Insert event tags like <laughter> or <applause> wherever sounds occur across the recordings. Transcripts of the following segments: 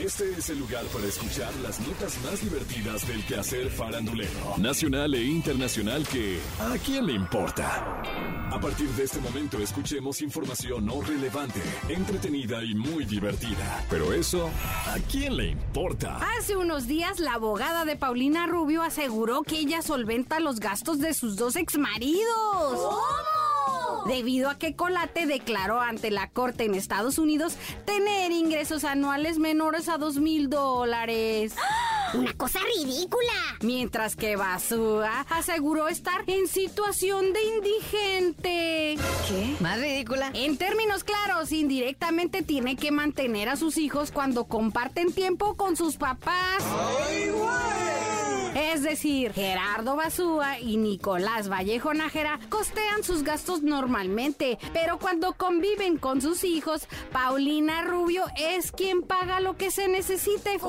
Este es el lugar para escuchar las notas más divertidas del quehacer farandulero, nacional e internacional que ¿a quién le importa? A partir de este momento escuchemos información no relevante, entretenida y muy divertida. Pero eso, ¿a quién le importa? Hace unos días la abogada de Paulina Rubio aseguró que ella solventa los gastos de sus dos exmaridos. Debido a que Colate declaró ante la corte en Estados Unidos tener ingresos anuales menores a dos mil dólares. ¡Una cosa ridícula! Mientras que Basúa aseguró estar en situación de indigente. ¿Qué? Más ridícula. En términos claros, indirectamente tiene que mantener a sus hijos cuando comparten tiempo con sus papás. Es decir, Gerardo Basúa y Nicolás Vallejo Nájera costean sus gastos normalmente, pero cuando conviven con sus hijos, Paulina Rubio es quien paga lo que se necesite.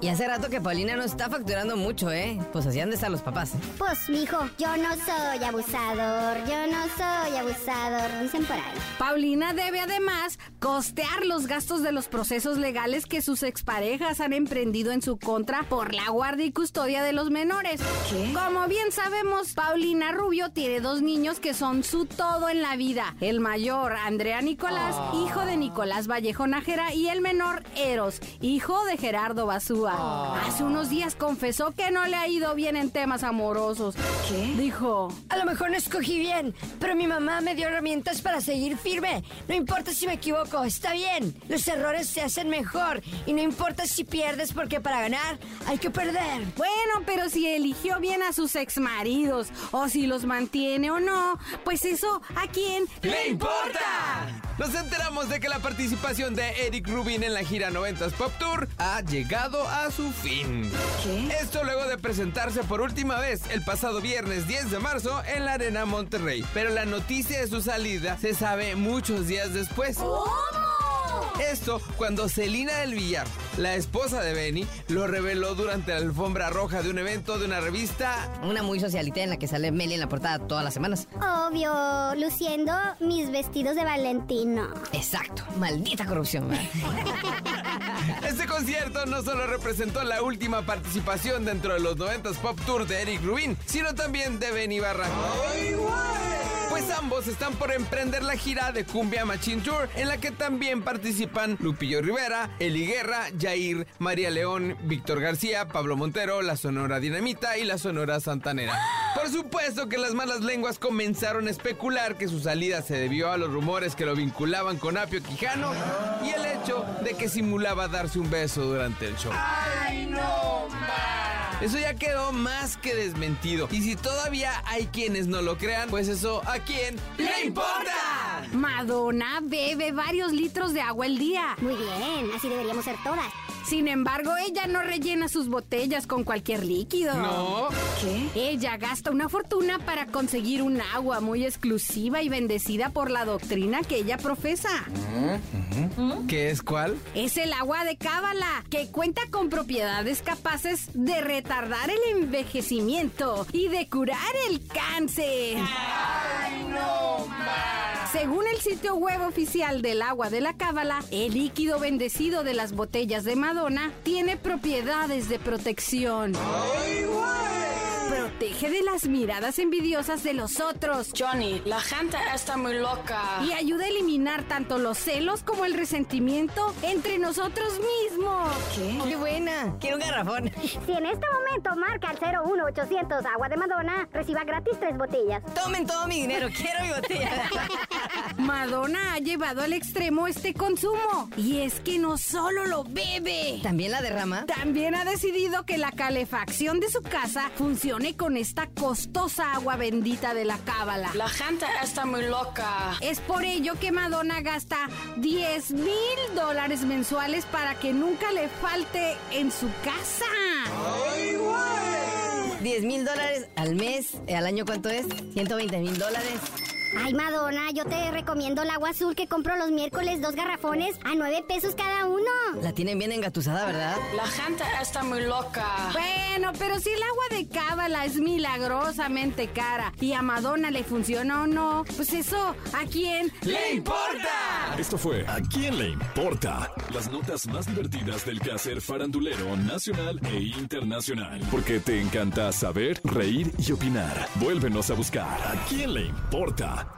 Y hace rato que Paulina no está facturando mucho, ¿eh? Pues así han de estar los papás. Pues, mijo, yo no soy abusador, yo no soy abusador, dicen por ahí. Paulina debe además costear los gastos de los procesos legales que sus exparejas han emprendido en su contra por la guardia y custodia de los menores. ¿Qué? Como bien sabemos, Paulina Rubio tiene dos niños que son su todo en la vida. El mayor, Andrea Nicolás, Ah. hijo de Nicolás Vallejo Nájera, y el menor, Eros, hijo de Gerardo Basúa. Ah. Hace unos días confesó que no le ha ido bien en temas amorosos. ¿Qué? Dijo, A lo mejor no escogí bien, pero mi mamá me dio herramientas para seguir firme. No importa si me equivoco, está bien. Los errores se hacen mejor y no importa si pierdes porque para ganar hay que perder. Bueno, pero si eligió bien a sus exmaridos o si los mantiene o no, pues eso a quién le importa. Nos enteramos de que la participación de Eric Rubin en la gira 90s Pop Tour ha llegado a su fin. Esto luego de presentarse por última vez el pasado viernes 10 de marzo en la Arena Monterrey. Pero la noticia de su salida se sabe muchos días después. Oh. Esto cuando Celina del Villar, la esposa de Benny, lo reveló durante la alfombra roja de un evento de una revista Una muy socialita en la que sale Meli en la portada todas las semanas. Obvio, luciendo mis vestidos de Valentino. Exacto. Maldita <laughs> corrupción, ¿verdad? Este concierto no solo representó la última participación dentro de los 90s Pop Tour de Eric Rubin, sino también de Benny Barra. Pues ambos están por emprender la gira de Cumbia Machine Tour, en la que también participan Lupillo Rivera, Eli Guerra, Jair, María León, Víctor García, Pablo Montero, la Sonora Dinamita y la Sonora Santanera. Por supuesto que las malas lenguas comenzaron a especular que su salida se debió a los rumores que lo vinculaban con Apio Quijano y el hecho de que simulaba darse un beso durante el show. Eso ya quedó más que desmentido. Y si todavía hay quienes no lo crean, pues eso a quién le importa. Madonna bebe varios litros de agua el día. Muy bien, así deberíamos ser todas. <laughs> Sin embargo, ella no rellena sus botellas con cualquier líquido. No. ¿Qué? Ella gasta una fortuna para conseguir un agua muy exclusiva y bendecida por la doctrina que ella profesa. ¿Qué es cuál? Es el agua de cábala, que cuenta con propiedades capaces de retardar el envejecimiento y de curar el cáncer. Según el sitio web oficial del agua de la cábala, el líquido bendecido de las botellas de Madonna tiene propiedades de protección. Protege de las miradas envidiosas de los otros Johnny, la gente está muy loca. y ayuda a eliminar tanto los celos como el resentimiento entre nosotros mismos. ¡Qué buena! Quiero un garrafón. Si en este momento marca al 01800 Agua de Madonna, reciba gratis tres botellas. Tomen todo mi <laughs> dinero. Quiero mi botella. Madonna ha llevado al extremo este consumo. Y es que no solo lo bebe. ¿También la derrama? También ha decidido que la calefacción de su casa funcione con esta costosa agua bendita de la cábala. La gente está muy loca. Es por ello que Madonna gasta 10 mil dólares mensuales para que nunca le falte en su casa. 10 mil dólares al mes. Eh, ¿Al año cuánto es? 120 mil dólares. Ay, Madonna, yo te recomiendo el agua azul que compro los miércoles, dos garrafones a nueve pesos cada uno. La tienen bien engatusada, ¿verdad? La gente está muy loca. Bueno, pero si el agua de cábala es milagrosamente cara y a Madonna le funcionó o no, pues eso, ¿a quién ¡Le importa! Esto fue ¿A quién le importa? Las notas más divertidas del quehacer farandulero nacional e internacional. Porque te encanta saber, reír y opinar. Vuélvenos a buscar ¿A quién le importa?